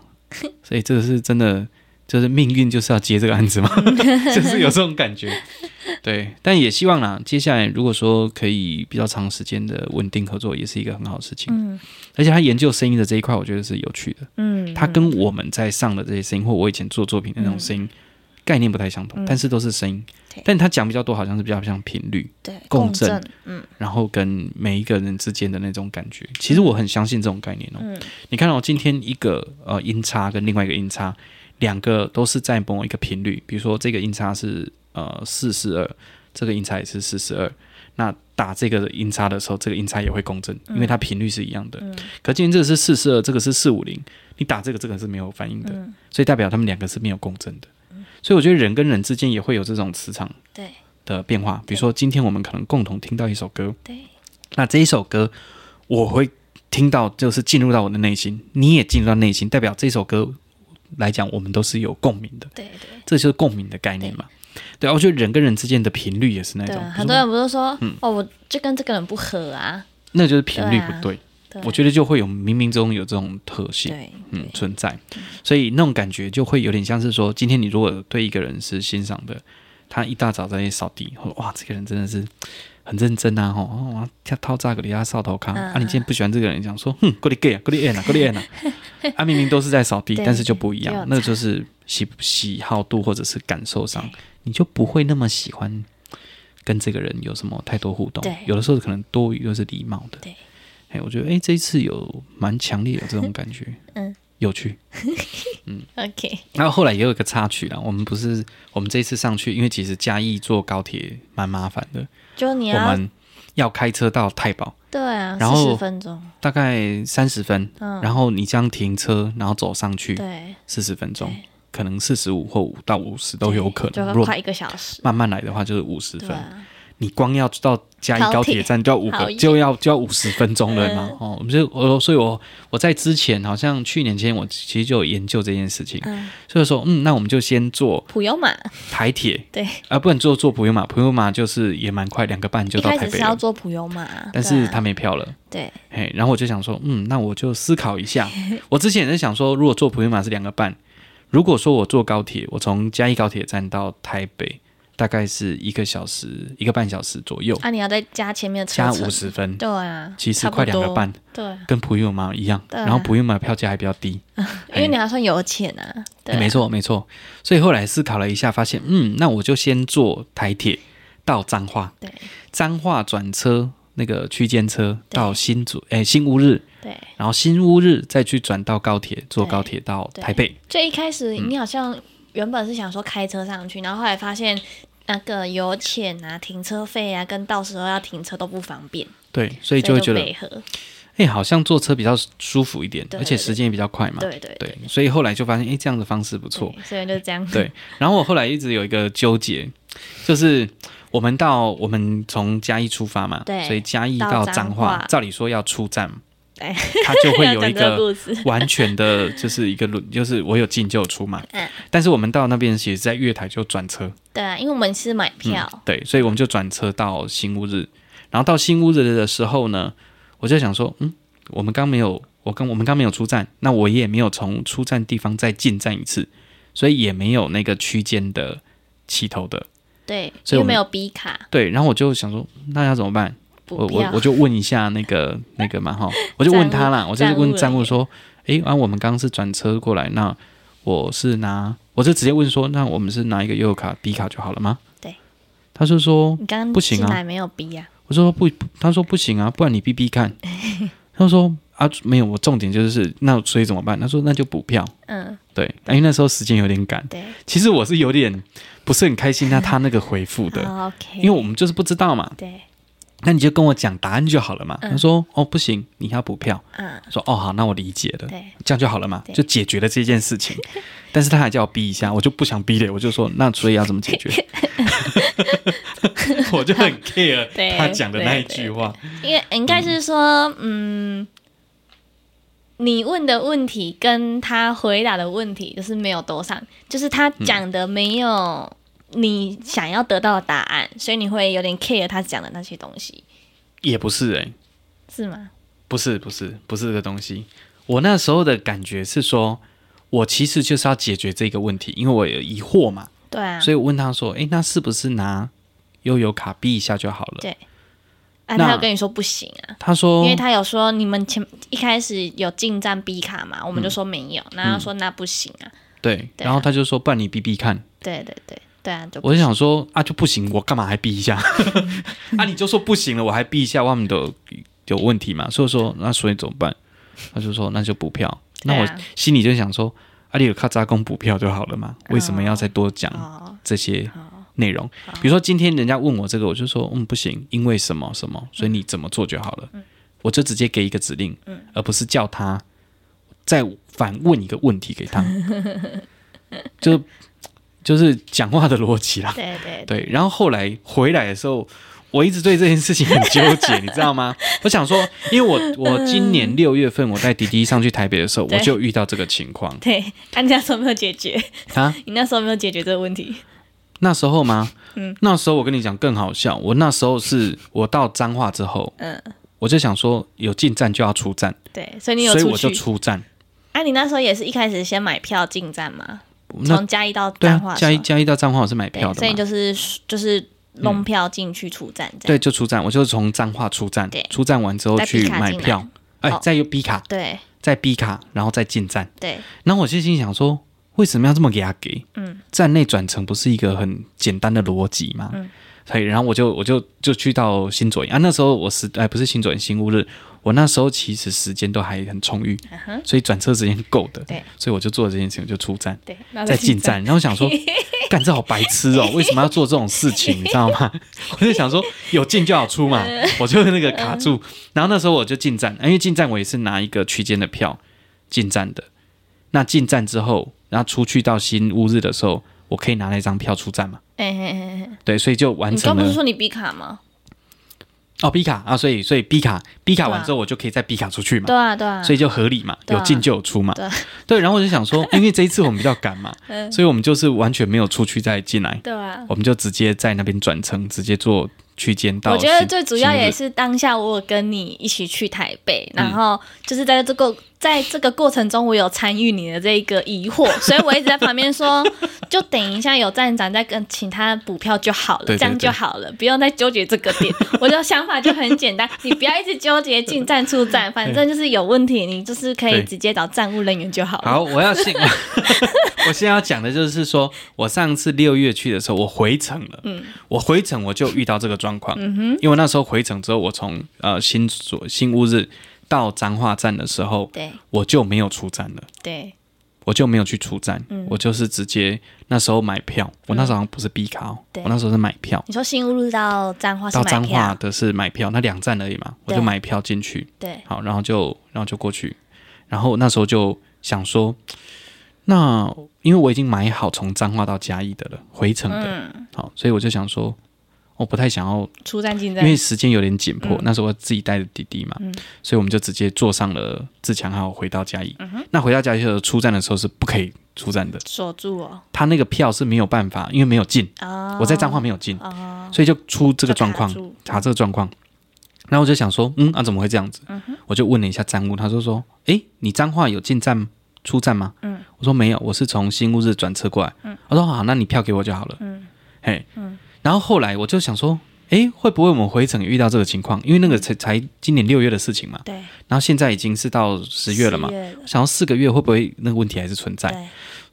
所以这个是真的，就是命运就是要接这个案子嘛，就是有这种感觉。对，但也希望啦，接下来如果说可以比较长时间的稳定合作，也是一个很好的事情。嗯而且他研究声音的这一块，我觉得是有趣的。嗯，他嗯跟我们在上的这些声音，或我以前做作品的那种声音、概念不太相同，嗯但是都是声音对。但他讲比较多，好像是比较像频率，对共共振振，嗯然后跟每一个人之间的那种感觉。其实我很相信这种概念哦。嗯你看哦，今天一个呃音叉跟另外一个音叉，两个都是在某一个频率，比如说这个音叉是呃四四二，这个音叉也是四四二。那打这个音叉的时候，这个音叉也会共振，因为它频率是一样的。嗯可今天这个是四四二，这个是四五零，你打这个这个是没有反应的，嗯，所以代表他们两个是没有共振的。所以我觉得人跟人之间也会有这种磁场对的变化，比如说今天我们可能共同听到一首歌，对，那这一首歌我会听到，就是进入到我的内心，你也进入到内心，代表这首歌来讲，我们都是有共鸣的，对对这就是共鸣的概念嘛。对啊，我觉得人跟人之间的频率也是那对种，嗯啊，比如很说多人不是说，哦，我就跟这个人不合啊，那就是频率不对啊对，对我觉得就会有冥冥中有这种特性。对嗯，存在，所以那种感觉就会有点像是说，今天你如果对一个人是欣赏的，他一大早在那里扫地，或者哇，这个人真的是很认真啊，吼，哦哇，他掏炸个给他扫头康、嗯啊，你今天不喜欢这个人，讲说，哼，过来 gay 啊，过来 n 啊，过来 n 啊，啊，明明都是在扫地，对但是就不一就样有，那个就是喜喜好度或者是感受上，你就不会那么喜欢跟这个人有什么太多互动对，有的时候可能多余又是礼貌的，对，哎，我觉得哎、这一次有蛮强烈有这种感觉， <laughs> 嗯，有趣。 ，OK，然后后来也有一个插曲啦，我们不是我们这一次上去，因为其实嘉义坐高铁蛮麻烦的，就你我要们要开车到太保，对啊，然四后十分钟，大概三十分，嗯，然后你这样停车，然后走上去对，四十分钟对，可能四十五或五到五十都有可就能。要如果快一个小时，慢慢来的话，就是五十对分。啊，你光要到嘉义高铁站就要五好嗯个，远就要就要五十分钟了嘛。哦，我们就我所以我我在之前好像去年前我其实就有研究这件事情，嗯，所以说嗯，那我们就先坐普悠玛，台铁。对，啊，不能坐坐普悠玛，普悠玛就是也蛮快，两个半就一到开台始北是要了。做普悠玛，但对是啊他没票了，对嘿，然后我就想说，嗯，那我就思考一下。我之前也在想说，如果坐普悠玛是两个半，如果说我坐高铁，我从嘉义高铁站到台北，大概是一个小时、一个半小时左右，啊，你要再加前面的车加程五，十分，对啊，其实差不快两个多，半，对啊，跟普悠玛一样。对啊然后普悠玛票价还比较低，因为你还算有钱啊，对啊，哎没错没错。所以后来思考了一下，发现嗯，那我就先坐台铁到彰化，对彰化转车那个区间车对到新竹，哎，新乌日，对。然后新乌日再去转到高铁，坐对高铁到对台北。最一开嗯始你好像原本是想说开车上去，然后后来发现那个油钱啊、停车费啊，跟到时候要停车都不方便，对，所所以就会觉得配合。哎、好像坐车比较舒服一点，对而且时间也比较快嘛。对对对，所以后来就发现，哎、这样的方式不啊错。对，所以就这样。对，然后我后来一直有一个纠结，就是我们到我们从嘉义出发嘛，对所以嘉义到到彰彰化化，照理说要出站， <laughs> 对它就会有一要讲这个故事，完全的，就是一个轮，就是我有进就有出嘛。 <laughs> 嗯但是我们到那边，其实在月台就转车，对啊，因为我们是买票，嗯对，所以我们就转车到新乌日。然后到新乌日的时候呢，我就想说，嗯，我们刚没有，我刚我们刚没有出站，那我也没有从出站地方再进站一次，所以也没有那个区间的起头的。对，所以我又们没有 B 卡对，然后我就想说，那要怎么办？我补我票我，就问一下那个 <laughs> 那个嘛哈，我就问 <laughs> 他啦，我就站务问站人务员说，诶，啊，我们刚刚是转车过来，那我是拿，我就直接问说，那我们是拿一个悠游卡、B 卡就好了吗？对，他就说你刚刚不行啊进来没有 B 啊？我说不，不他说不行啊，不然你逼 <laughs> 逼看。他说啊，没有，我重点就是那所以怎么办？他说那就补票。嗯，对，因为那时候时间有点赶，对其实我是有点不是很开心他他那个回 <laughs> 复的，好，OK，哦因为我们就是不知道嘛。对，那你就跟我讲答案就好了嘛。他说哦不行，你要补票。嗯，我说哦好，那我理解了，对这样就好了嘛，对就解决了这件 <laughs> 事情。但是他还叫我逼一下，我就不想逼了，我就说那所以要怎么解决？ <laughs> <laughs> 我就很 care 对他讲的那一对句话。因为应该是说，嗯。你问的问题跟他回答的问题就是没有多上，就是他讲的没有你想要得到的答案，所以你会有点 care 他讲的那些东西，也不是哎、是吗？不是不是不是这个东西。我那时候的感觉是说，我其实就是要解决这个问题，因为我有疑惑嘛，对啊，所以我问他说：“诶，那是不是拿悠游卡逼一下就好了对啊，那他有跟你说不行啊，？”他说因为他有说你们前一开始有进站 B 卡嘛，我们就说没有，嗯然后他说那不行啊，：“对。对啊然后他就说：“不然你逼逼看。对对对对啊，”就我就想说：“啊，就不行，我干嘛还逼一下？ <laughs> 啊，你就说不行了，我还逼一下，我们都有问题嘛。”所以说，那所以怎么办？他就说：“那就补票。”那对我啊心里就想说：“啊，你有卡扎工补票就好了嘛，为什么要再多讲哦这些好内容。比如说今天人家问我这个，我就说嗯不行，因为什么什么，所以你怎么做就好了。嗯我就直接给一个指令，而不是叫他再反问一个问题给 <laughs> 他，就就是讲话的逻辑啦。对对对对，然后后来回来的时候，我一直对这件事情很纠 <laughs> 结，你知道吗？我想说，因为我我今年六月份我带滴滴上去台北的时候，我对就遇到这个情况对，啊，你那时候没有解决， <laughs> 啊。你那时候没有解决这个问题，那时候吗？嗯，那时候我跟你讲更好笑，我那时候是我到彰化之后，嗯，我就想说有进站就要出站，对，所以你有所以出我就去。出站。啊，你那时候也是一开始先买票进站吗？那从嘉义到对彰化啊，的时嘉候，义嘉义到彰化我是买对，票所的以嘛，就是就是弄票进去出站这样。对，就出站，我就从彰化出站对，出站完之后再去 B 卡买进来票，哎哦，再用 B 卡，对再 B 卡，然后再进站。对然后我就心想说，为什么要这么给他给？嗯，站内转乘不是一个很简单的逻辑吗？嗯，所以然后我就我就就去到新左营啊，那时候我时哎不是新左营新乌日，我那时候其实时间都还很充裕，所以转车时间够的，对，所以我就做了这件事情，我就出站。对，然后再进站，然后我 <laughs> 想说，干这好白痴哦，为什么要做这种事情，你知道 <laughs> 吗？我就想说，有进就好出嘛，嗯我就那个卡住。然后那时候我就进站，因为进站我也是拿一个区间的票进站的。那进站之后，然后出去到新乌日的时候，我可以拿那张票出站嘛？哎哎哎哎，对，所以就完你刚成不是了说你 B 卡吗？哦，B 卡啊，所以所以 B 卡 B 卡对啊完之后，我就可以再 B 卡出去嘛对。啊对啊，所以就合理嘛，对啊有进就有出嘛对啊，嗯对。然后我就想说，因为这一次我们比较赶 <laughs> 嘛，所以我们就是完全没有出去再进来，对啊，我们就直接在那边转乘，直接坐去见到我新。觉得最主要也是是当下我有跟你一起去台北，嗯然后就是在这个在这个过程中，我有参与你的这一个疑惑，所以我一直在旁边说， <laughs> 就等一下有站长再跟请他补票就好了，对对这样就好了，不用再纠结这个点。我的想法就很简单，你不要一直纠结进站出站，反正就是有问题，你就是可以对直接找站务人员就好了。好，我 <laughs> 要先，我现在要讲的就是说，我上次六月去的时候，我回程了。嗯，我回程我就遇到这个状况。嗯哼，因为那时候回程之后，我从呃新左新乌日到彰化站的时候，对我就没有出站了。对，我就没有去出站，嗯我就是直接那时候买票。我那时候好像不是 B 卡、哦，对我那时候是买票，你说新乌路到彰化是到买彰化票，的是买票，那两站而已嘛，我就对买票进去。对，好，然后就然后就过去，然后那时候就想说，那因为我已经买好从彰化到嘉义的了，回程的，好，所以我就想说，我不太想要，出站进因站，为时间有点紧迫，那时候我自己带着弟弟嘛，所以我们就直接坐上了自强号回到嘉义。那回到嘉义的时候出站的时候是不可以出站的，锁住哦，他那个票是没有办法，因为没有进，啊、我在彰化没有进，啊、所以哦就出这个状就卡况住，查这个状况。然后我就想说，嗯，啊，怎么会这样子？我就问了一下站务，他就说，诶，你彰化有进站出站吗？嗯，我说没有，我是从新乌日转车过来。嗯，我说好，那你票给我就好了。嗯，嘿，然后后来我就想说，诶，会不会我们回程也遇到这个情况？因为那个才才今年六月的事情嘛，对，然后现在已经是到十月了嘛十，月了想要四个月会不会那个问题还是存在？对。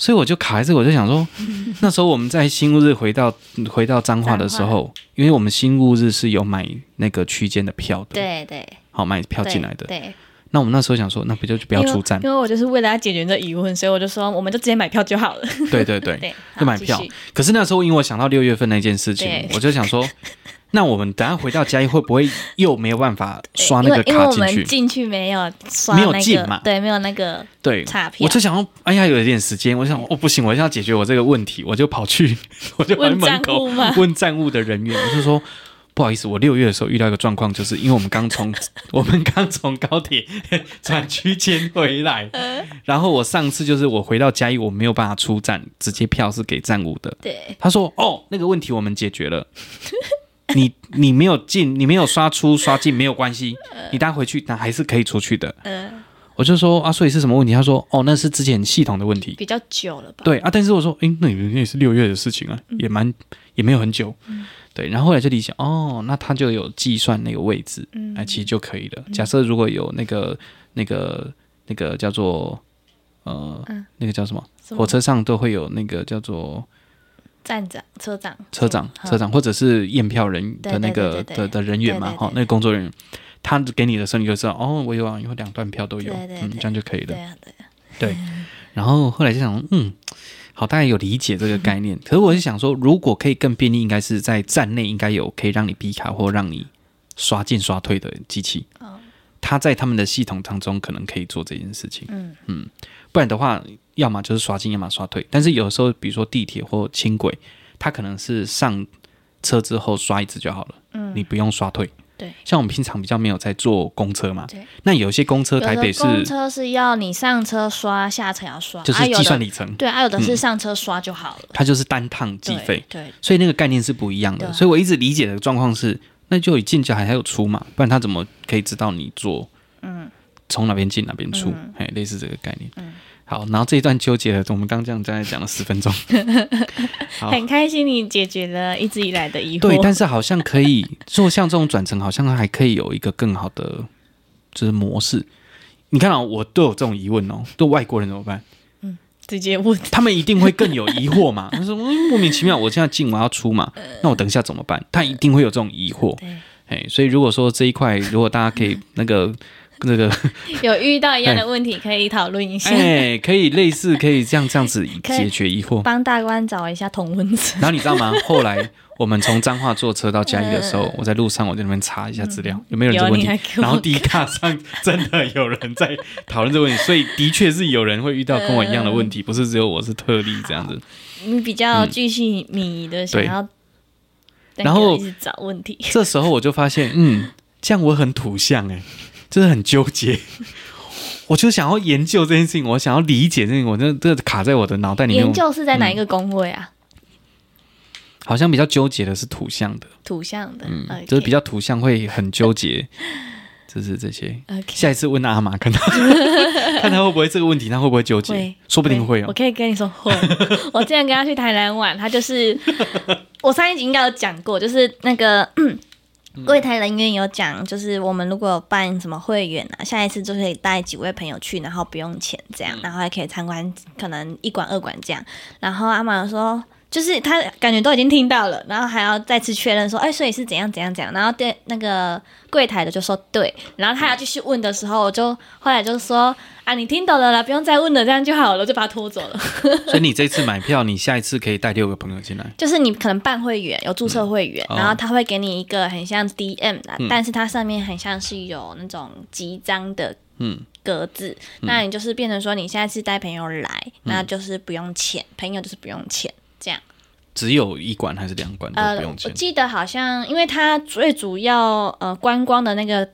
所以我就卡在这个，我就想说， <laughs> 那时候我们在新乌日回到回到彰化的时候，因为我们新乌日是有买那个区间的票的，对对，好买票进来的。对，对那我们那时候想说，那不就就不要因为出站？因为我就是为了要解决这疑问，所以我就说，我们就直接买票就好 <laughs> 了。对对对。对，好就买票继续可是那时候因为我想到六月份那件事情对，我就 <laughs> 想说，那我们等下回到嘉义会不会又没有办法对刷那个因为因为卡我进们去？进去没有刷没有那进嘛个，对，没有那个对，差票我就想说，哎呀，有一点时间，我就想，哦，不行，我一定要解决我这个问题，我就跑去， <laughs> 我就跑去问门账口户吗？问站务的人员，我就说不好意思，我六月的时候遇到一个状况，就是因为我们刚从 <laughs> 我们刚从高铁 <laughs> 转区间 <laughs> 回来，嗯然后我上次就是我回到嘉义，我没有办法出站，直接票是给站务的。对他说哦，那个问题我们解决了。 <laughs> 你你没有进，你没有刷出刷进没有关系，你待回去，但还是可以出去的。我就说啊，所以是什么问题？他说哦，那是之前系统的问题。比较久了吧？对啊，但是我说，诶，那也也是六月的事情啊，也蛮也没有很久，对。然后后来就理解，哦，那他就有计算那个位置，嗯，哎，其实就可以了。假设如果有那个那个那个叫做呃、那个叫什么，什么火车上都会有那个叫做站长、车长、车长、嗯车长或者是验票人的那个对对对对对的的人员嘛，对对对哈，那个工作人员，他给你的时候你就知道，哦，我有啊，有两段票都有，对对嗯，对这样就可以了对。啊对啊，然后后来就想，嗯，好，大概有理解这个概念。可是我是想说，如果可以更便利，应该是在站内应该有可以让你逼卡或让你刷进刷退的机器。嗯它在他们的系统当中可能可以做这件事情。嗯不然的话，要么就是刷进，要么刷退。但是有时候，比如说地铁或轻轨，它可能是上车之后刷一次就好了，嗯，你不用刷退。对，像我们平常比较没有在坐公车嘛对，那有些公车有台的北是公车是要你上车刷，下车也要刷，就是啊有计算的里程，对啊，有的是上车刷就好了，它就是单趟计对费。对所以那个概念是不一样的。对啊所以我一直理解的状况是，那就有进价还还有出嘛，不然他怎么可以知道你做嗯从哪边进哪边出？哎、类似这个概念。嗯，好，然后这一段纠结了，我们刚刚这样大概讲了十分钟。好很开心你解决了一直以来的疑惑。对，但是好像可以做像这种转乘，好像还可以有一个更好的就是模式。你看啊、我都有这种疑问哦，对外国人怎么办？直接 <laughs> 问，他们一定会更有疑惑 <laughs> 嘛？他说、嗯莫名其妙，我现在进我要出嘛，那我等一下怎么办？他一定会有这种疑惑。呃对，哎，所以如果说这 <laughs> 一块，如果大家可以那个那个，有遇到一样的问题可以讨论一下。哎，可以类似可以这样这样子可以解决疑 <laughs> 惑。帮大官找一下同温层。 <laughs> 然后你知 <laughs> 道吗？后来我们从彰化坐车到嘉义的时候，我在路上我在那边查一下资料，有没有人这个问呃嗯有你还题给？我然后第 <laughs> 一卡上真的有人在讨论这个问题，所以的确是有人会遇到跟我一样的问题，不是只有我是特例这样子。你比较巨细靡遗的想要，对嗯然后一直找问 <laughs> 题，这时候我就发现，嗯，这样我很土象哎、就是很纠结。 <laughs> 我就想要研究这件事情，我想要理解这件事情，我这这卡在我的脑袋里面。研究是在哪一个工会啊？好像比较纠结的是土象的，土象的，嗯 OK 就是比较土象会很纠结， <laughs> 就是这些。 OK。下一次问阿玛，看他 <laughs> 看他会不会这个问题，他会不会纠结会，，说不定会我哦。可以跟你说 <laughs> 会。我之前跟他去台南玩，他就是我上一集应该有讲过，就是那个。嗯柜台人员有讲，就是我们如果有办什么会员啊，下一次就可以带几位朋友去，然后不用钱这嗯样，然后还可以参观可能一馆二馆这样。然后阿玛说，就是他感觉都已经听到了，然后还要再次确认说，哎、所以是怎样怎样怎样。然后对那个柜台的就说对，然后他要继续问的时候，我就后来就说啊，你听懂了啦，不用再问了，这样就啊好了，就把他拖走 <laughs> 了。所以你这次买票，你下一次可以带六个朋友进来。就是你可能办会员有注册会员，哦然后他会给你一个很像 DM 啦，嗯但是它上面很像是有那种集章的嗯嗯格子，那你就是变成说你下次带朋友来，那就是不用钱，朋友就是不用钱。这样，只有一馆还是两馆都呃不用，我钱？记得好像，因为它最主要呃观光的那个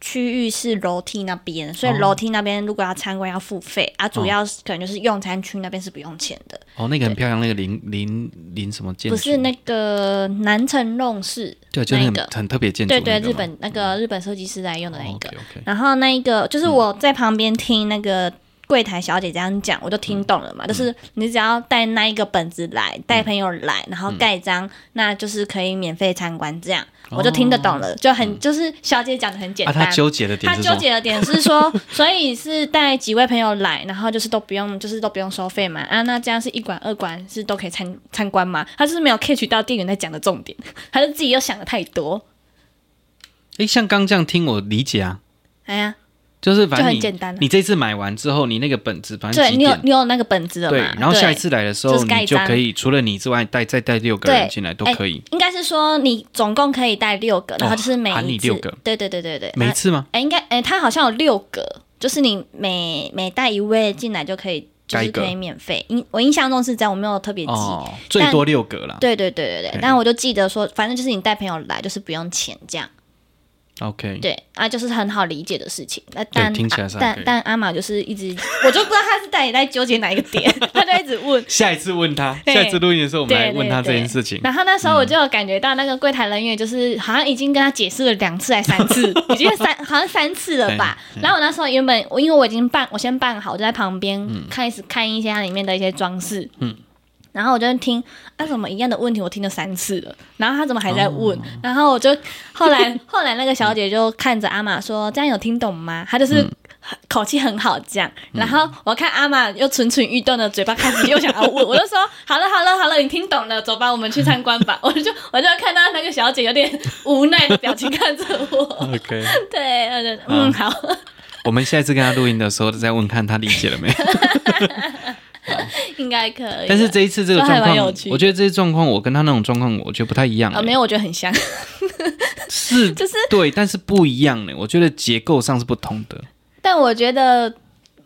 区域是楼梯那边，所以哦楼梯那边如果要参观要付费，啊，主要是可能就是用餐区那边是不用钱的，哦，那个很漂亮，那个林林林什么建筑？呃不是那个南城弄室，对，就是那很个很特别建筑对那对，个吗。哦日本那个日本设计师来用的那一个。 OK OK，然后那一个就是我在旁边听那个柜台小姐这样讲，我就听懂嗯了嘛。就是你只要带那一个本子来，带朋友来，然后盖章，那就是可以免费参观这样，我就听得懂了，就很就是小姐讲的很简哦嗯啊，单。他纠结的点她是纠什么？结的点是说，所以是带几位朋友来，然后就是都不用，就是都不用收费嘛。啊，那这样是一馆、二馆是都可以参参观嘛？她就是没有 catch 到店员在讲的重点，她就自己又想的太多。诶，像刚这样听我理解啊，哎呀，就是反就正很你简单啊你这次买完之后，你那个本子反正对几你有点？你有那个本子了对嘛？，然后对下一次来的时就候，是盖你就章可以除了你之外，带再带六个人对进来都哎可以。应该是说你总共可以带六个，然后就是每一次、含你六个对对对对对，每一那次吗？哎、应该哎，它好像有六个，就是你每每带一位进来就可以，就加是一个可以免费。印我印象中是这样，我没有特别记。哦，最多六个啦。对对对对嘿对，但我就记得说，反正就是你带朋友来，就是不用钱这样， OK，对啊，就是很好理解的事情。那但嗯听起来是还但可以但阿玛就是一直， <laughs> 我就不知道他是到底在纠结哪一个点， <laughs> 他就一直问，下一次问他，对下一次录音的时候我们来对问他对这件对事情。然后那时候我就有感觉到那个柜台人员就是好像已经跟他解释了两次还三次，已经三好像三次了吧。然后我那时候原本我因为我已经办我先办好，我就在旁边开始看一些它里面的一些装饰。嗯。然后我就听，啊，怎么一样的问题我听了三次了，然后他怎么还在问？哦然后我就后来 <laughs> 后来那个小姐就看着阿玛说：“这样有听懂吗？”她就是嗯口气很好这样。然后我看阿玛又蠢蠢欲动的嘴巴开始又想要问，我就说好了好了好了，你听懂了，走吧，我们去参观吧。 <laughs> 我就我就看到那个小姐有点无奈的表情看着我， <laughs> OK，对，我就嗯好， <laughs> 我们下一次跟他录音的时候再问看他理解 <laughs> 了没。应该可以。但是这一次这个都还状蛮况有趣，的我觉得这些状况我跟他那种状况，我觉得不太一样、欸啊没有有，我觉得很像，<laughs> 是，就是对，但是不一样呢。我觉得结构上是不同的。但我觉得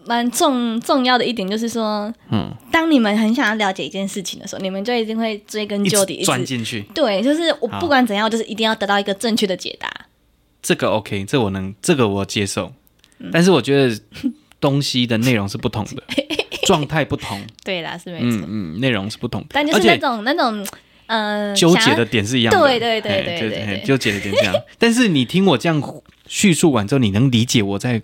蛮重重要的一点就是说，嗯，当你们很想要了解一件事情的时候，你们就一定会追根一究底，直一直钻进去，对，就是我好不管怎样，我就是一定要得到一个正确的解答。这个 OK，这我能，这个我接受。嗯但是我觉得东西的内容是不同 <laughs> 的，状态不同，对啦，是没错。嗯嗯，内容是不同，但就而是那且种那种，嗯、呃，纠结想的要点是一样的。对对对嘿对就对嘿对纠结的 <laughs> 点这样。但是你听我这样叙述完之后，你能理解我在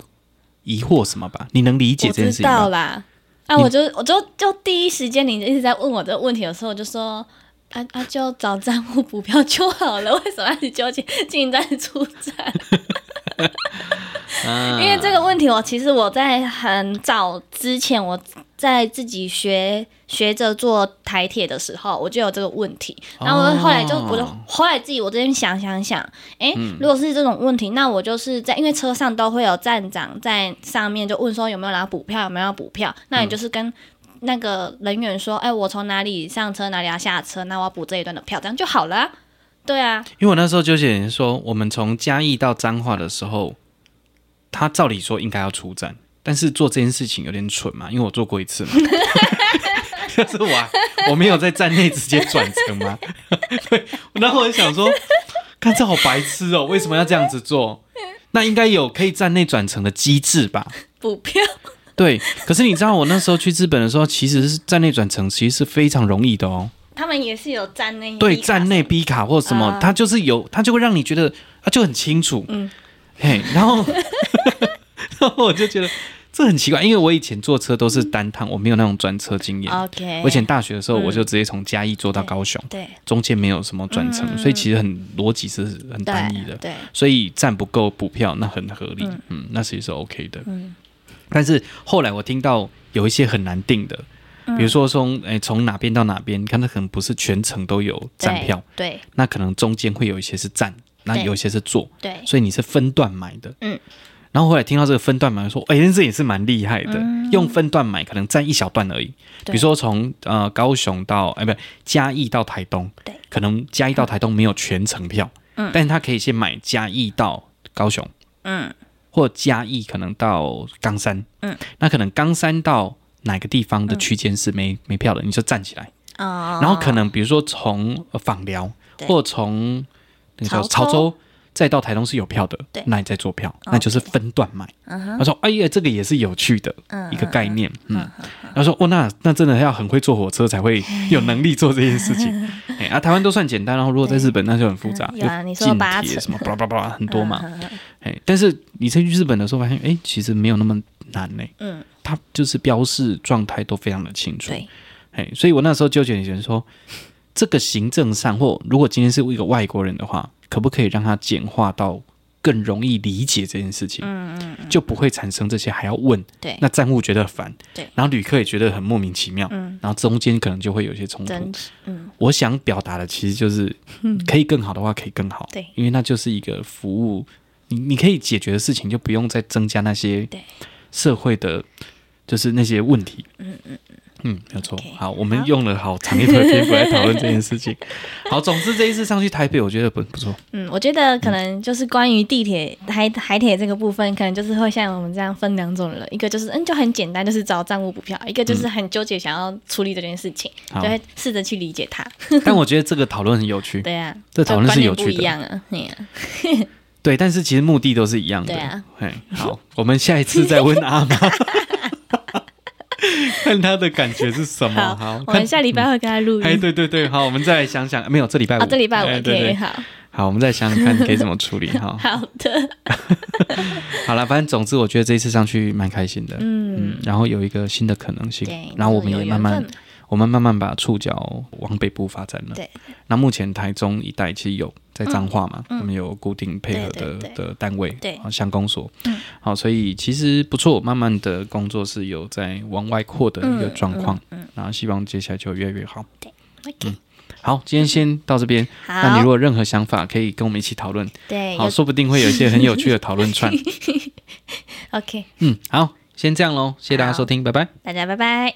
疑惑什么吧？你能理解我这件事知情吗道？啦。啊，你我就我就就第一时间你一直在问我这个问题的时候，我就说。啊啊！就找账户补票就好了，为什么要去纠结进站出站？啊因为这个问题我，其实我在很早之前，我在自己学学着做台铁的时候，我就有这个问题。然后我就后来就，哦我就后来自己我这边想想想，诶，嗯如果是这种问题，那我就是在因为车上都会有站长在上面就问说有没有拿补票，有没有要补票，嗯那你就是跟。那个人员说：“哎、我从哪里上车，哪里要下车，那我要补这一段的票，这样就好了啊、对啊，因为我那时候纠结说，我们从嘉义到彰化的时候，他照理说应该要出站，但是做这件事情有点蠢嘛，因为我做过一次嘛。就是我啊、我没有在站内直接转乘嘛，对， <laughs> 然后我就想说，看这好白痴哦，为什么要这样子做？那应该有可以站内转乘的机制吧？补票 <laughs> 对，可是你知道我那时候去日本的时候，其实是站内转乘其实是非常容易的哦。他们也是有站内对，立卡啊站内 B 卡或者什么，它就是有，它就会让你觉得它就很清楚，嗯，嘿，然后 <laughs> 然后我就觉得这很奇怪，因为我以前坐车都是单趟，我没有那种专车经验。 OK，我以前大学的时候，我就直接从嘉义坐到高雄，哦嗯对嗯中间没有什么转乘，所以其实很逻辑是很单一对的，对，所以站不够补票那很合理，嗯那其实是 OK 的。但是后来我听到有一些很难定的，比如说从诶从哪边到哪边，看它可能不是全程都有站票，对那可能中间会有一些是站，那有一些是坐，对所以你是分段买的。嗯。然后后来听到这个分段买，我说哎、这也是蛮厉害的。用分段买，可能占一小段而已。比嗯对如说从呃高雄到哎，不嘉义到台东，对，可能嘉义到台东没有全程票，嗯但是他可以先买嘉义到高雄，嗯，或嘉义可能到冈山，嗯，那可能冈山到哪个地方的区间是没、没票的，你就站起来。哦，然后可能比如说从呃访寮对或从那个叫潮潮州州再到台东是有票的对，哦那你再做票，那就是分段买。嗯他说：“哎呀，这个也是有趣的一个概念。”嗯，他说：“哦，那那真的要很会坐火车才会有能力做这件事情。 <laughs> 哎啊，台湾都算简单，然后如果在日本那就很复杂，嗯有有啊你说近八铁成什么巴拉巴拉很多嘛。嗯嗯哎，但是你再去日本的时候，发现哎，其实没有那么难呢。嗯，它就是标示状态都非常的清楚。对，哎，所以我那时候纠结，人说这个行政上，或如果今天是一个外国人的话，可不可以让他简化到更容易理解这件事情？嗯嗯就不会产生这些还要问，对那站务觉得烦，对然后旅客也觉得很莫名其妙，嗯，然后中间可能就会有一些冲突。真嗯我想表达的其实就是，可以更好的话可以更好，对因为那就是一个服务，你你可以解决的事情，就不用再增加那些对社会的，就是那些问题。嗯嗯嗯，没有错。 OK，好，我们好用了好长一段篇幅来讨论这件事 <laughs> 情。好，总之这一次上去台北，我觉得不不错。嗯，我觉得可能就是关于地铁海海铁这个部分，可能就是会像我们这样分两种人，一个就是嗯就很简单，就是找站务补票；一个就是很纠结想要处理这件事情，嗯好就会试着去理解它。但我觉得这个讨论很有趣，对啊，这讨论是就观点有趣的不一样啊，对啊，对，但是其实目的都是一样的。对啊嘿，好，我们下一次再问阿 <laughs> 妈，看他的感觉是什么。好，好，我看们下礼拜会跟他录哎，音。对对对，好，我们再来想想，没有这礼拜五，啊，这礼拜哎五对可以，对，好。好，我们再想想看可以怎么处理哈 <laughs> 好的，好了，反正总之我觉得这一次上去蛮开心的，嗯，嗯，然后有一个新的可能性对，，然后我们也有慢缘慢分，嘛我们慢慢把触角往北部发展了。对，嗯那目前台中一带其实有在彰化嘛，我们有固定配合对的对对的单位，对嗯啊，乡公所，好，所以其实不错，慢慢的工作是有在往外扩的一嗯个状况，然后希望接下来就越来越好。 ，OK，嗯好，今天先到这边。那你好，如果有任何想法，可以跟我们一起讨论，对，好，有说不定会有一些很有趣的讨论串。 OK，嗯，好，先这样喽，谢谢大家好收听，拜拜。大家拜拜。